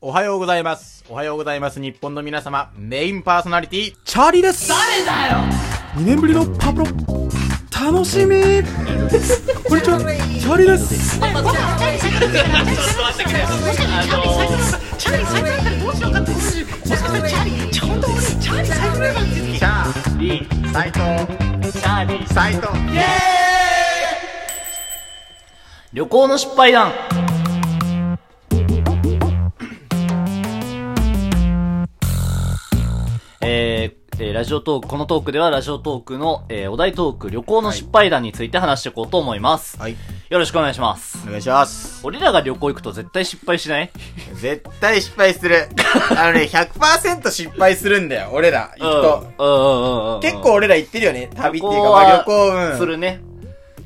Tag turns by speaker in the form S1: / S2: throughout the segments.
S1: おはようございます。おはようございます。日本の皆様、メインパーソナリティ、
S2: チャーリーです誰だよ !2 年ぶりのパブロ、楽しみこんにちは、チャーリーです
S1: チャーリー、斎藤、チャーリー、斎藤。
S3: 旅行の失敗談えーえーラジオトーク、このトークではラジオトークの、えーお題トーク、旅行の失敗談について話していこうと思います。
S1: はい、
S3: よろしくお願いします。
S1: お願いします。
S3: 俺らが旅行行くと絶対失敗しない
S1: 絶対失敗す る。あのね、100%失敗するんだよ、俺ら。行くと。
S3: うんうんうんうんうん。
S1: 結構俺ら行ってるよね。旅っていうか、
S3: は
S1: まあ旅行、うん。
S3: するね。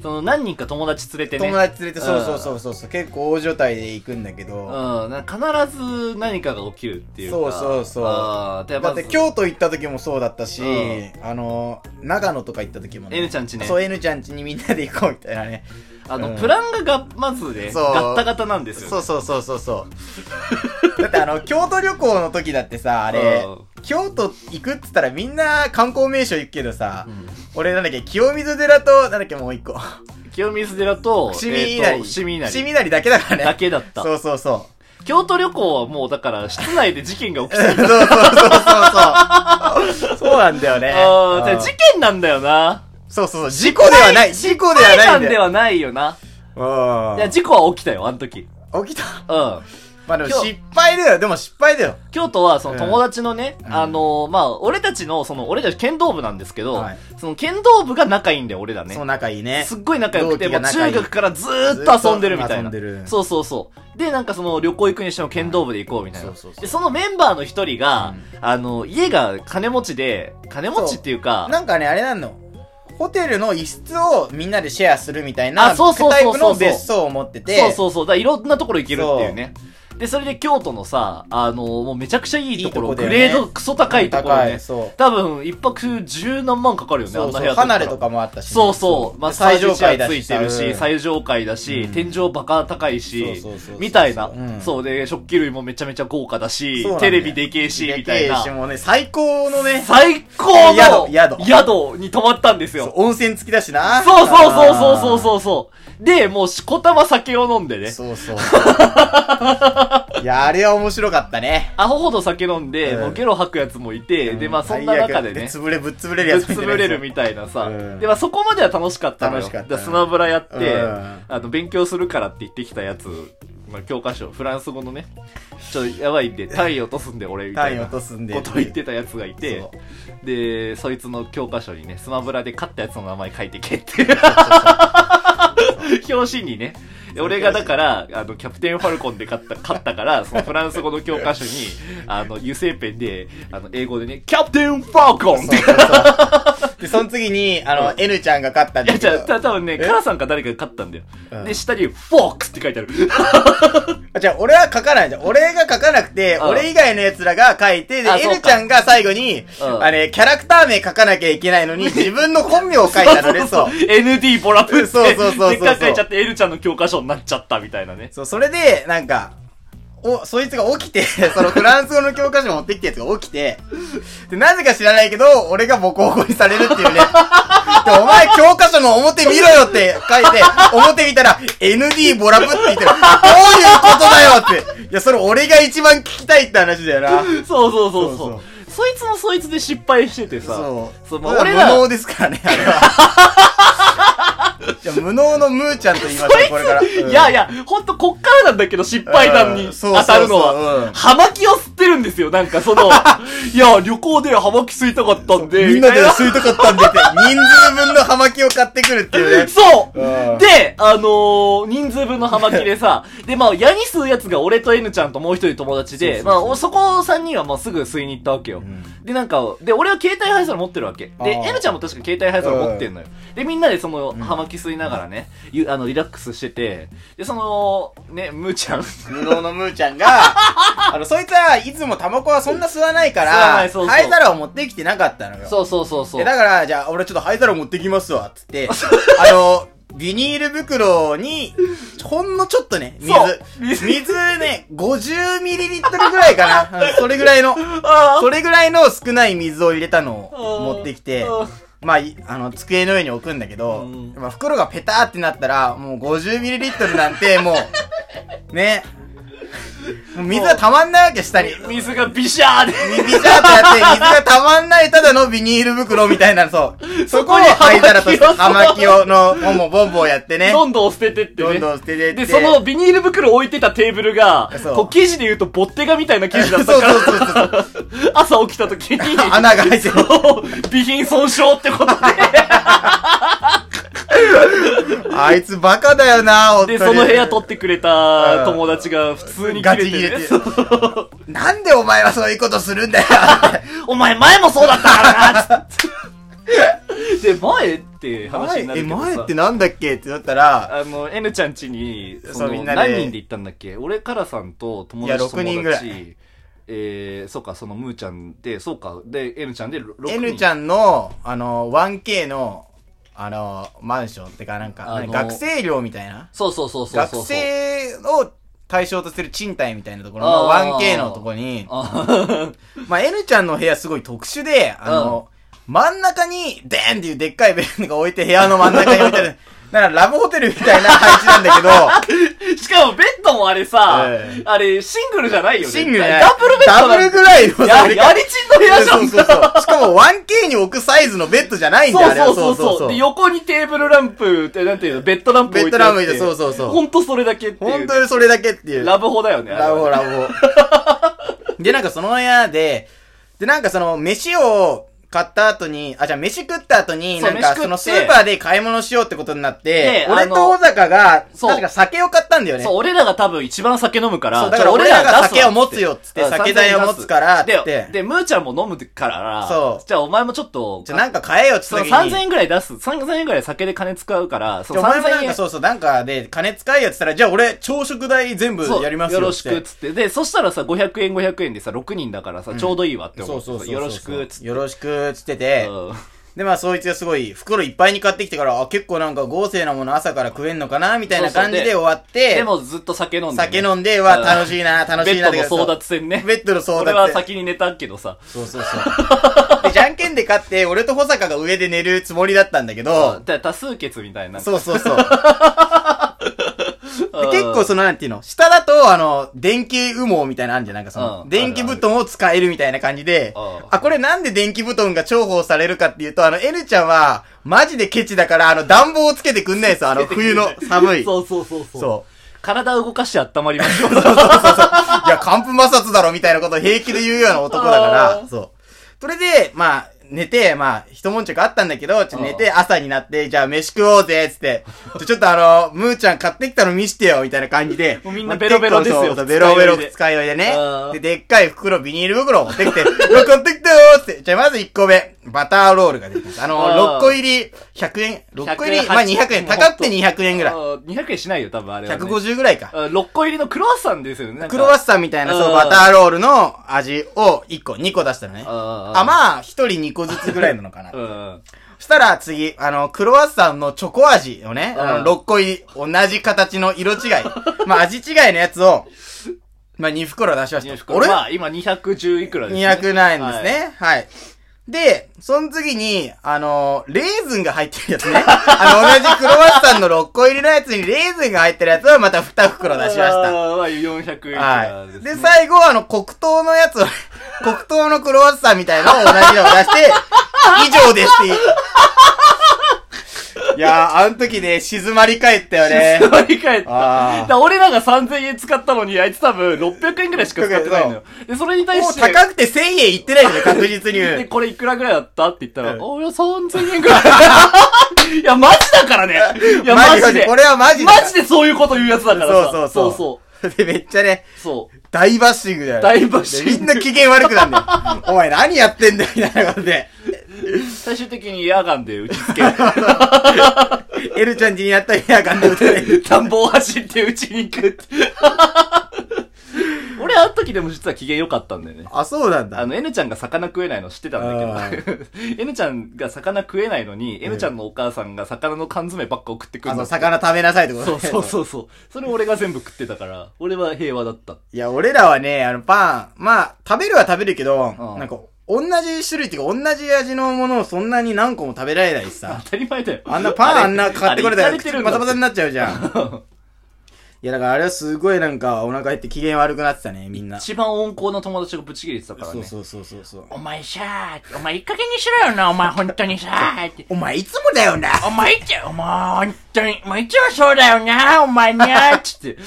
S3: その何人か友達連れてね。
S1: 友達連れて、そうそうそ
S3: うん。
S1: うそうそう。結構大所帯で行くんだけど。
S3: うん、な必ず何かが起きるっていうか。
S1: そうそうそう
S3: あーで
S1: だ
S3: ま
S1: っ
S3: ず
S1: て京都行った時もそうだったし、
S3: う
S1: あの、長野とか行った時もね。
S3: N ちゃんちね
S1: そう、N ちゃんちにみんなで行こうみたいなね。
S3: あの、
S1: うん
S3: プランがが、まずね、
S1: そう
S3: ガッタガタなんですよ。
S1: そうそうそうそうそう。だってあの、京都旅行の時だってさ、あれ、
S3: う
S1: 京都行くっつったらみんな観光名所行くけどさ、
S3: うん
S1: 俺なんだっけ、清水寺と、なんだっけもう一 個。
S3: 清水寺と、
S1: 伏見稲
S3: えー
S1: 荷。
S3: と伏見稲荷
S1: 伏見稲荷だけだからね。
S3: だけだった。
S1: そうそう そう。
S3: 京都旅行はもう だから、室内で事件が起き
S1: そう
S3: てる。
S1: そうそうそう。そうなんだよね。
S3: ああ、じゃ
S1: うん
S3: あ事件なんだよな。
S1: そうそうそう。事故ではない。事故ではないん
S3: 事件
S1: だ
S3: で
S1: よ。
S3: はないよな。いや、
S1: う
S3: 事故は起きたよ、あの時。
S1: ん。起きた。
S3: うん。
S1: まあでも
S3: 今日
S1: 失敗だよ。でも失敗だよ。
S3: 京都は、その
S1: うん
S3: 友達のね、
S1: ん
S3: あのー、まあ、俺たちの、その、俺たち剣道部なんですけど、
S1: はい
S3: その剣道部が仲いいんだよ、俺らね
S1: そう、。仲いいね。
S3: すっごい仲良くて、
S1: 同期が
S3: もう
S1: 仲い
S3: 中
S1: い
S3: 学からずーっと遊んでるみたい
S1: ずっ
S3: な
S1: と遊んでる。
S3: そうそうそう。で、なんかその旅行行くにしても剣道部で行こうみたい
S1: そ
S3: な
S1: うそうそ。う
S3: で、そのメンバーの一人が、あの、家が金持ちで、金持ちっていうか、
S1: なんかね、あれなの。ホテルの一室をみんなでシェアするみたいな
S3: あそうそうそう
S1: タイ
S3: そう
S1: プ
S3: そう
S1: の別荘を持ってて。
S3: そうそうそう、だからいろんなところ行けるっていうね。で、それで京都のさ、あの、もうめちゃくちゃいいところ、
S1: いいとこだ
S3: グ
S1: よね
S3: レードクソ高いところ
S1: 高
S3: ね
S1: い。そう
S3: 多分、一泊十何万かかるよね、あ
S1: そ
S3: ん
S1: う
S3: な
S1: そう
S3: 部屋
S1: 離れとかもあったしね、
S3: そうそう。まあ、最上階ついてるし、
S1: 最
S3: 最上階だし、
S1: うん
S3: 天井バカ高いし
S1: そうそうそうそう、
S3: みたいな、
S1: うん
S3: そうで、食器類もめちゃめちゃ豪華だし、
S1: そうなんだ
S3: テ
S1: よ
S3: レビでけえし、みたいな
S1: し。もうね、最高のね、
S3: 最高の
S1: 宿宿
S3: に泊まったんです
S1: そう
S3: よ。
S1: 温泉付きだしな。
S3: そうそうそうそうそうそうそう。で、もうしこたま酒を飲んでね。
S1: そうそう。 いや、あれは面白かったね。
S3: アホほど酒飲んで、
S1: うん
S3: もうゲロ吐くやつもいて、で、まあそんな中でね。
S1: 最悪潰れ、ぶっ潰れる
S3: ぶ
S1: や
S3: っ
S1: つみたいな
S3: 潰
S1: やつ
S3: れるみたいなさ。
S1: うん
S3: で、まあそこまでは楽しかったのよ。
S1: 楽しかった
S3: だらスマブラやって、
S1: うん
S3: あの、勉強するからって言ってきたやつ、まあ教科書、フランス語のね、ちょ、やばいんで、単位落とすんで俺みたい
S1: 単位
S3: な。
S1: 落とすんで
S3: ことを言ってたやつがいて
S1: そ、
S3: で、そいつの教科書にね、スマブラで勝ったやつの名前書いてけって。表紙にね。で俺がだから、あの、キャプテンファルコンで勝った、勝ったから、そのフランス語の教科書に、あの、油性ペンで、あの、英語でね、キャプテンファルコンっ
S1: そう
S3: て。
S1: そうそう。で、その次に、あの、
S3: う
S1: N ちゃんが勝ったん
S3: い
S1: だ
S3: や、
S1: け
S3: じゃあ、
S1: ど。
S3: た多分ね、
S1: え
S3: カラさんか誰かが勝ったんだよ。
S1: うん
S3: で、下に、フォークスって書いてある。
S1: あじゃあ、俺は書かないじゃん。俺が書かなくて、
S3: うん
S1: 俺以外の奴らが書いて、で、
S3: あそうか
S1: N ちゃんが最後に、
S3: うん
S1: あれ、キャラクター名書かなきゃいけないのに、自分の本名を書い たのね、そう。
S3: ND ボラプって。
S1: そうそうそうそう
S3: でっかく書いちゃって、エルちゃんの教科書になっちゃったみたいなね。
S1: そう、それで、なんか、お、そいつが起きて、 そのフランス語の教科書持ってきたやつが起きて、で、なぜか知らないけど、俺がボコボコにされるっていうね。 で、お前教科書の表見ろよって書いて、表見たら、ND ボラブって言ってる。どういうことだよって。いや、それ俺が一番聞きたいって話だよな。
S3: そうそうそう
S1: そう
S3: そ
S1: そうう。
S3: そいつもそいつで失敗しててさ。
S1: そう。
S3: そう、ま
S1: まあ
S3: あ、俺ら、
S1: 無
S3: そ
S1: 能ですからね、あれは。 じゃあ無能のムーちゃんと言いましょう、これから。
S3: いつ、いやいや、ほんとこっからなんだけど、失敗談
S1: う
S3: に
S1: んそうそうそう
S3: 当たるの
S1: う
S3: は
S1: ん。
S3: 葉巻を吸ってるんですよ、なんかそ の、いや、旅行で葉巻吸いたかったんで、
S1: みんな
S3: みたい
S1: で吸いたかったんで って、人数分の葉巻を買ってくるっていうね。
S3: そう
S1: うん
S3: で、あのー、人数分のハマキで さ、で、まあ、矢に吸うやつが俺と N ちゃんともう一人友達で、
S1: そうそうそう
S3: まあお、そこ3人はもうすぐ吸いに行ったわけよ。
S1: ん
S3: で、なんか、で、俺は携帯ハイソロ持ってるわけ。で
S1: あ、ー
S3: N ちゃんも確か携帯ハイソロ持ってんのよ。で、みんなでその、ハマキ吸いながらね、ゆあの、リラックスしてて、で、その、ね、むーちゃ ん。
S1: 無能のムーち ゃんが、あの、そいつはいつもタバコはそんな吸わないか
S3: 吸わな
S1: ら、
S3: いそうそう
S1: 灰皿を持ってきてなかったのよ。
S3: そうそうそうそう
S1: で。だから、じゃあ、俺ちょっと灰皿持ってきますわ、つって、あの、ビニール袋に、ほんのちょっとね、
S3: そう
S1: 水。水ね、50ミリリットルぐらいかな。 うんそれぐらいの、
S3: あ
S1: それぐらいの少ない水を入れたの
S3: あ
S1: を持ってきて、
S3: あ
S1: まあ、いあの、机の上に置くんだけど、
S3: うん
S1: まあ、袋がペターってなったら、もう50ミリリットルなん て、もう、ね。もう水が溜まんないわけ、下 に。
S3: 水がビシャーで
S1: ビシャーってやって、水が溜まんないただのビニール袋みたいな、そう。そこに灰皿として、
S3: そこに
S1: 甘きをの、ボンボンボンやってね。
S3: どんどん捨ててってね。
S1: どんどん捨ててって
S3: で、そのビニール袋置いてたテーブルが、
S1: そう
S3: こう生地で言うとボッテガみたいな生地だったから、
S1: そう そう
S3: 朝起き た時に、
S1: 穴が開いてる
S3: そう備品損傷ってこと
S1: あいつバカだよな、本当
S3: で、
S1: に。
S3: で、その部屋取ってくれた
S1: うん
S3: 友達が普通に
S1: ガ
S3: 切
S1: チ
S3: れ
S1: 入
S3: て
S1: れ
S3: ね
S1: て
S3: そう
S1: なんでお前はそういうことするんだよ。
S3: お前前もそうだったからなつっ てで、前って話に
S1: 前
S3: な
S1: え、
S3: るけどさ。
S1: 前ってなんだっけってなったら、
S3: あの、N ちゃん家に、
S1: そう
S3: その
S1: みんなで
S3: 何人で行ったんだっけ俺、カラさんと友
S1: いや
S3: 達
S1: 六人ぐら
S3: 友
S1: い
S3: 達、えー、そうか、そのムーちゃんで、そうか、で、N ちゃんで6人。
S1: N ちゃんの、あの、1K の、あの、マンションってか、なんか、
S3: あの
S1: 学生寮みたいな。
S3: そうそうそうそうそうそ
S1: 学
S3: う。
S1: 生を対象とする賃貸みたいなところの
S3: あー
S1: 1K のとこに、
S3: あ
S1: まあ、N ちゃんの部屋すごい特殊で、あの、真ん中に、デーンっていうでっかいベランダが置いて部屋の真ん中に置いて る。だからラブホテルみたいな配置なんだけど、
S3: しかもベッドもあれさ、
S1: ええ
S3: あれシングルじゃないよね。
S1: シングルね
S3: ダブルベッド
S1: ダブ
S3: な
S1: ル
S3: んだ
S1: ぐらいのそれ
S3: や、やりちんの部屋じゃ
S1: そうんそうそう。しかも 1K に置くサイズのベッドじゃないんだよ、あれは。
S3: そうそうそうそう。で、横にテーブルランプって、なんていうの、ベッドランプ置いて
S1: ベッドランプ置いてそうそうそう
S3: ほんとそれだけっていう。
S1: 本当にそれだけっていう。
S3: ラブホだよね。あれ
S1: ラ
S3: は
S1: ブ
S3: ね
S1: ホ、ラブホ。で、なんかその部屋で、で、なんかその、飯を買った後に、あ、じゃあ飯食った後に、
S3: そう
S1: なんか
S3: 飯食って
S1: そのスーパーで買い物しようってことになって
S3: で、
S1: 俺と小坂が、
S3: そう
S1: 確か酒を買ったんだよね。
S3: そう、俺らが多分一番酒飲むから、
S1: そうだから
S3: ちょ
S1: 俺らが
S3: 出すわ
S1: 酒を持つよっつって
S3: うん
S1: 酒代を持つからって
S3: 3000円出すで、で、むーちゃんも飲むから、
S1: そう
S3: じゃあお前もちょっと、
S1: じゃあなんか買えよっつっ
S3: その
S1: た時に。
S3: 3000円ぐらい出す。3000円ぐらい酒で金使うから、そ
S1: で
S3: の
S1: お前もな
S3: 3000
S1: んか
S3: 円。
S1: そうそう、なんかで、金使えよって言ったら、じゃあ俺、朝食代全部
S3: そう
S1: やりますよ
S3: よ
S1: っ
S3: ろ
S1: つ
S3: し
S1: って。
S3: くっつって。で、そしたらさ、500円500円でさ、6人だからさ、ちょうどいいわっ
S1: そ
S3: て思
S1: う
S3: ってさ
S1: そうそうそう。
S3: よろしくっつって。
S1: よろしくっつってて、
S3: うん
S1: で、まあ、そいつがすごい、袋いっぱいに買ってきてから、あ、結構なんか豪勢なもの朝から食えんのかなみたいな感じで終わって、
S3: でもずっと酒飲んでね。
S1: 酒飲んで、わ、
S3: うん
S1: 楽しいな、楽しい
S3: ベ
S1: な
S3: ッ
S1: っ
S3: ド
S1: て
S3: の
S1: 感じ
S3: 争奪戦ね。
S1: ベッドの争奪戦
S3: 俺は先に寝たけどさ。
S1: そうそうそう。で、じゃんけんで勝って、俺と保坂が上で寝るつもりだったんだけど、
S3: で多数決みたいな。
S1: そうそうそう。
S3: う
S1: で
S3: ん
S1: 結構その、なんていうの、下だと、あの、電気羽毛みたいなのあるんじゃん。なんかその、
S3: うん
S1: 電気布団を使えるみたいな感じで
S3: うん、
S1: あ、これなんで電気布団が重宝されるかっていうと、あの、N ちゃんは、マジでケチだから、あの、暖房をつけてくんないですよ。あの、冬の寒い。
S3: そうそうそうそう。
S1: そう。
S3: 体を動かして温まりましょう。
S1: いや、寒風摩擦だろみたいなことを平気で言うような男だか
S3: あ
S1: ら、
S3: ー
S1: そう。それで、まあ、寝て、まあ、一悶着あったんだけど、ちょっと寝て、朝になって、じゃあ飯食おうぜ、つ って。ちょちょっとあの、むーちゃん買ってきたの見してよ、みたいな感じで。
S3: もうみんなベロベロですよ
S1: そうそうベロベロ
S3: 二日酔いで
S1: 使い酔いでね
S3: あ。ー
S1: で、でっかい袋、ビニール袋を持って きて、うわ買ってきたよーって。じゃあまず1個目、バターロールが出てます。あの、
S3: あー
S1: 6個入り、100円、6個入り、まあ200円、
S3: もうほんと
S1: 高くて200円ぐらい。
S3: あー200円しないよ、多分あれは、ね。
S1: 150ぐらいか。
S3: あ。6個入りのクロワッサンですよね。なんか
S1: クロワッサンみたいな、そうの
S3: ん
S1: バターロールの味を1個、2個出したのね。あ、
S3: あーあ
S1: まあ、1人2個ずつぐらいなのかな。
S3: ー。うん。
S1: そしたら次、あの、クロワッサンのチョコ味をね、
S3: うん
S1: あの、6個入り、同じ形の 色違い。まあ、味違いのやつを、まあ、2袋出しま
S3: 入
S1: した。
S3: 手
S1: 俺、
S3: まあ、今210いくらです、ね。
S1: 200なんですね。はい。で、その次に、あのレーズンが入ってるやつ ね。あの、同じクロワッサンの6個入りのやつにレーズンが入ってるやつをまた2袋
S3: はい。
S1: 出しました。
S3: あーまあ、400いくら
S1: は
S3: で
S1: い。
S3: す、
S1: で、最後、あの、黒糖のやつを、 黒糖のクロワッサンみたいなのを同じのを出 して、以上ですって。いやー、あの時ね、静まり返ったよね。
S3: 乗り 換えた。
S1: あー
S3: だから俺らが3000円使ったのに、あいつ多分600円くらいしか使ってないのよ。で、それに対
S1: も
S3: し
S1: う
S3: て。
S1: 高くて1000円いってないよね、確実
S3: で、
S1: に。
S3: これいくらぐらいだったって言ったら、
S1: うん
S3: およ、3000円ぐらい。 いや、マジだか らね。いや、マジで。
S1: これはマジで。
S3: マジでそういうこと言うやつだからさ。
S1: そうそう
S3: そ
S1: そう。で、めっちゃね、
S3: うそう。そう
S1: 大バッシングだよね。
S3: 大バッシング
S1: でみんな機嫌悪くなるんだ よ。お前何やってんだよ、みたいなことで。
S3: 最終的にエアガンで打ち付ける。
S1: エルちゃん家にや ったら嫌がんで打たれる。
S3: 暖房走って打ちに行くって。俺俺あの時でも実は機嫌良かったんだよね。
S1: あ、そうなんだ。
S3: あの、N ちゃんが魚食えないの知ってたんだけど、N ちゃんが魚食えないのに、N ちゃんのお母さんが魚の缶詰ばっか送ってくる
S1: あ
S3: の
S1: の、。魚食べなさいってこと
S3: そう
S1: ね
S3: そうそうそう。それ俺が全部食ってたから、俺は平和だった。
S1: いや、俺らはね、あの、パン、まあ、食べるは食べるけど、
S3: うん
S1: なんか、同じ種類っていうか、同じ味のものをそんなに何個も食べられないし さ。
S3: 当たり前だよ。
S1: あんなパンあんな買ってこられた
S3: あ
S1: ら、
S3: いかて
S1: 口
S3: るん
S1: バ
S3: だ
S1: タバタになっちゃうじ ゃん。いや、だからあれはすごいなんか、お腹減って機嫌悪くなってたね、みんな。
S3: 一番温厚な友達がぶち切れてたからね。
S1: そうそうそうそうそう。
S4: お前さあ、お前いい加減にしろよな、お前本当にさあって。
S1: お前いつもだよな
S4: お前いつ、お前本当に、もういつもそうだよな、お前にゃー
S3: って。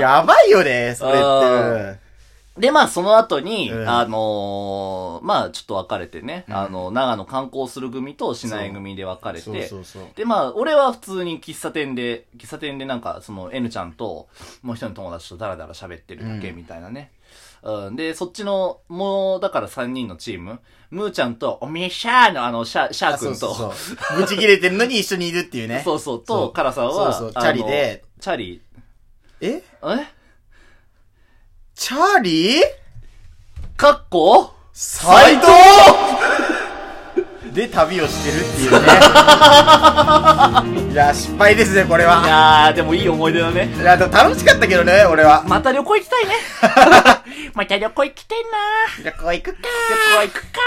S1: やばいよね、それっ
S3: あ
S1: て。
S3: で、まあ、その後に、
S1: うん
S3: あのーまあ、ちょっと別れてね、あの、長野観光する組と市内組で分かれ
S1: そう
S3: て
S1: そ、うそう。
S3: で、まあ、俺は普通に喫茶店で、喫茶店でなんか、その、N ちゃんと、もう一人の友達とダラダラ喋ってるだけみたいなね。うん、で、そっちの、もう、だから3人のチーム、ムーちゃんと、おめえシャーの、あの、シャー、シャー
S1: そ
S3: 君
S1: う
S3: と、
S1: そうそう。ぶち切れてるのに一緒にいるっていうね。
S3: そうそう、
S1: そ
S3: と、
S1: う
S3: カラさんは、
S1: そうそう
S3: あの
S1: チャリで、
S3: チャリ、
S1: え
S3: え
S1: チャーリー
S3: かっこ
S1: 斎藤 で旅をしてるっていうね。 いや、失敗ですね、これ
S3: い
S1: は。
S3: やー、でもいい思い出だね。
S1: いや、でも楽しかったけどね、俺は。
S3: また旅行行きたいね。
S4: また旅行行きてんな
S1: じゃ、こう行くか
S3: 旅行行くか